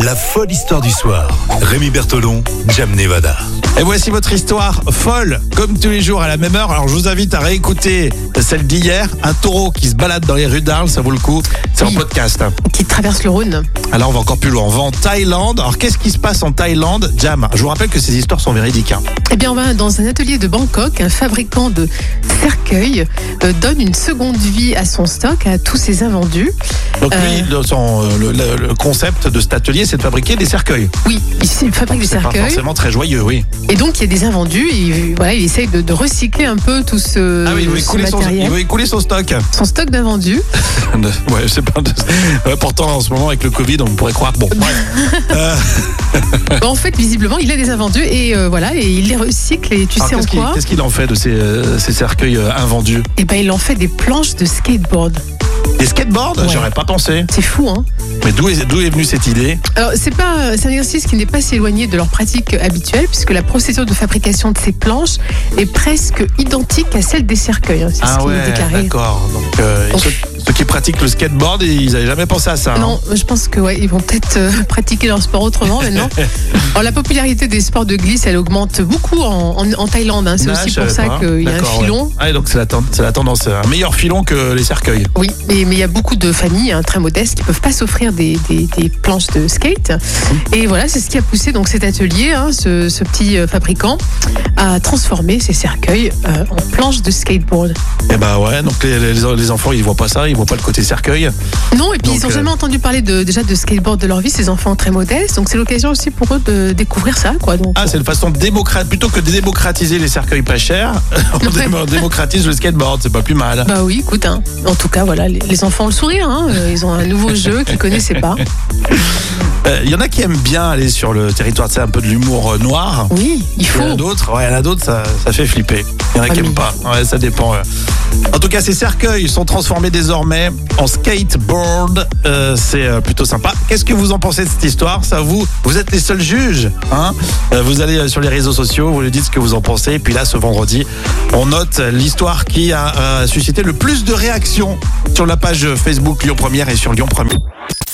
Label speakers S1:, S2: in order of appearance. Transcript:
S1: La folle histoire du soir. Rémi Bertolon, Jam Nevada.
S2: Et voici votre histoire folle, comme tous les jours à la même heure. Alors je vous invite à réécouter celle d'hier, un taureau qui se balade dans les rues d'Arles, ça vaut le coup. C'est en
S3: Oui.
S2: podcast. hein.
S3: qui traverse le Rhône.
S2: Alors on va encore plus loin, on va en Thaïlande. Alors qu'est-ce qui se passe en Thaïlande Jam, je vous rappelle que ces histoires sont véridiques. hein.
S3: Eh bien, on va dans un atelier de Bangkok. Un fabricant de cercueils euh, donne une seconde vie à son stock, à tous ses invendus.
S2: Donc lui,
S3: Euh.
S2: le- son- euh, le, le- le concept de cet atelier, c'est de fabriquer des cercueils.
S3: Oui, il fabrique des
S2: Ah, C'est pas
S3: cercueils.
S2: forcément très joyeux, oui.
S3: Et donc, il y a des invendus. Et, voilà, il essaye de, de recycler un peu tout ce,
S2: Ah oui, il veut
S3: ce
S2: écouler son,
S3: Euh, matériel.
S2: il veut écouler son stock.
S3: Son stock d'invendus.
S2: ouais, c'est pas. Ouais, pourtant, en ce moment, avec le Covid, on pourrait croire. Bon, bref.
S3: Bah, en fait, visiblement, il a des invendus et euh, voilà, et il les recycle. Et tu
S2: Alors,
S3: sais en
S2: qu'est-ce qu'il
S3: quoi
S2: qu'est-ce qu'il en fait de ces, euh, ces cercueils euh, invendus
S3: Eh ben, il en fait des planches de skateboard.
S2: Des skateboards
S3: Ouais.
S2: J'aurais pas pensé.
S3: C'est fou, hein
S2: Mais d'où est, d'où est venue cette idée
S3: Alors, c'est pas, c'est un exercice qui n'est pas si éloigné de leur pratique habituelle, puisque la procédure de fabrication de ces planches est presque identique à celle des cercueils. hein. C'est ce qui est déclaré.
S2: Ah d'accord. Donc, euh,
S3: Ouf.
S2: ceux, ceux qui pratiquent le skateboard, ils n'avaient jamais pensé à ça. hein.
S3: Non, je pense que ouais, ils vont peut-être euh, pratiquer leur sport autrement maintenant. Alors, la popularité des sports de glisse, elle augmente beaucoup en, en- en Thaïlande. hein. C'est
S2: Ah,
S3: aussi
S2: je
S3: pour
S2: savais
S3: ça
S2: pas.
S3: qu'il y a un
S2: D'accord, ouais.
S3: filon.
S2: Ah, et donc c'est la, ten- c'est la tendance, un meilleur filon que les cercueils.
S3: Oui, mais mais il y a beaucoup de familles hein, très modestes qui peuvent pas s'offrir des, des- des planches de skate.
S2: Mm.
S3: Et voilà, c'est ce qui a poussé donc cet atelier, hein, ce, ce petit euh, fabricant, à transformer ces cercueils euh, en planches de skateboard.
S2: Et bah ouais, donc les, les- les enfants ils voient pas ça, ils voient pas le côté cercueil.
S3: Non, et puis
S2: Donc,
S3: ils ont
S2: euh,
S3: jamais entendu parler de, déjà de skateboard de leur vie, ces enfants très modestes. Donc c'est l'occasion aussi pour eux de découvrir ça, quoi. Donc,
S2: Ah, c'est une façon démocrate, plutôt que de démocratiser les cercueils pas chers, on dé- on démocratise le skateboard, c'est pas plus mal.
S3: bah oui, écoute, hein. en tout cas, voilà, les, les enfants ont le sourire, hein. Euh, ils ont un nouveau jeu qu'ils connaissaient pas.
S2: Euh, Il y en a qui aiment bien aller sur le territoire, c'est un peu de l'humour euh, noir.
S3: Oui, il
S2: Il y en a
S3: faut.
S2: d'autres, ouais, il y en a d'autres, ça, ça fait flipper. Il y en a
S3: Ah
S2: qui
S3: oui.
S2: aiment pas, ouais, ça dépend. ouais. En tout cas, ces cercueils sont transformés désormais en skateboard. Euh, c'est euh, plutôt sympa. Qu'est-ce que vous en pensez de cette histoire Ça vous, vous êtes les seuls juges. Hein Euh, vous allez euh, sur les réseaux sociaux, vous lui dites ce que vous en pensez. Et puis là, ce vendredi, on note euh, l'histoire qui a euh, suscité le plus de réactions sur la page euh, Facebook Lyon Première et sur Lyon Première.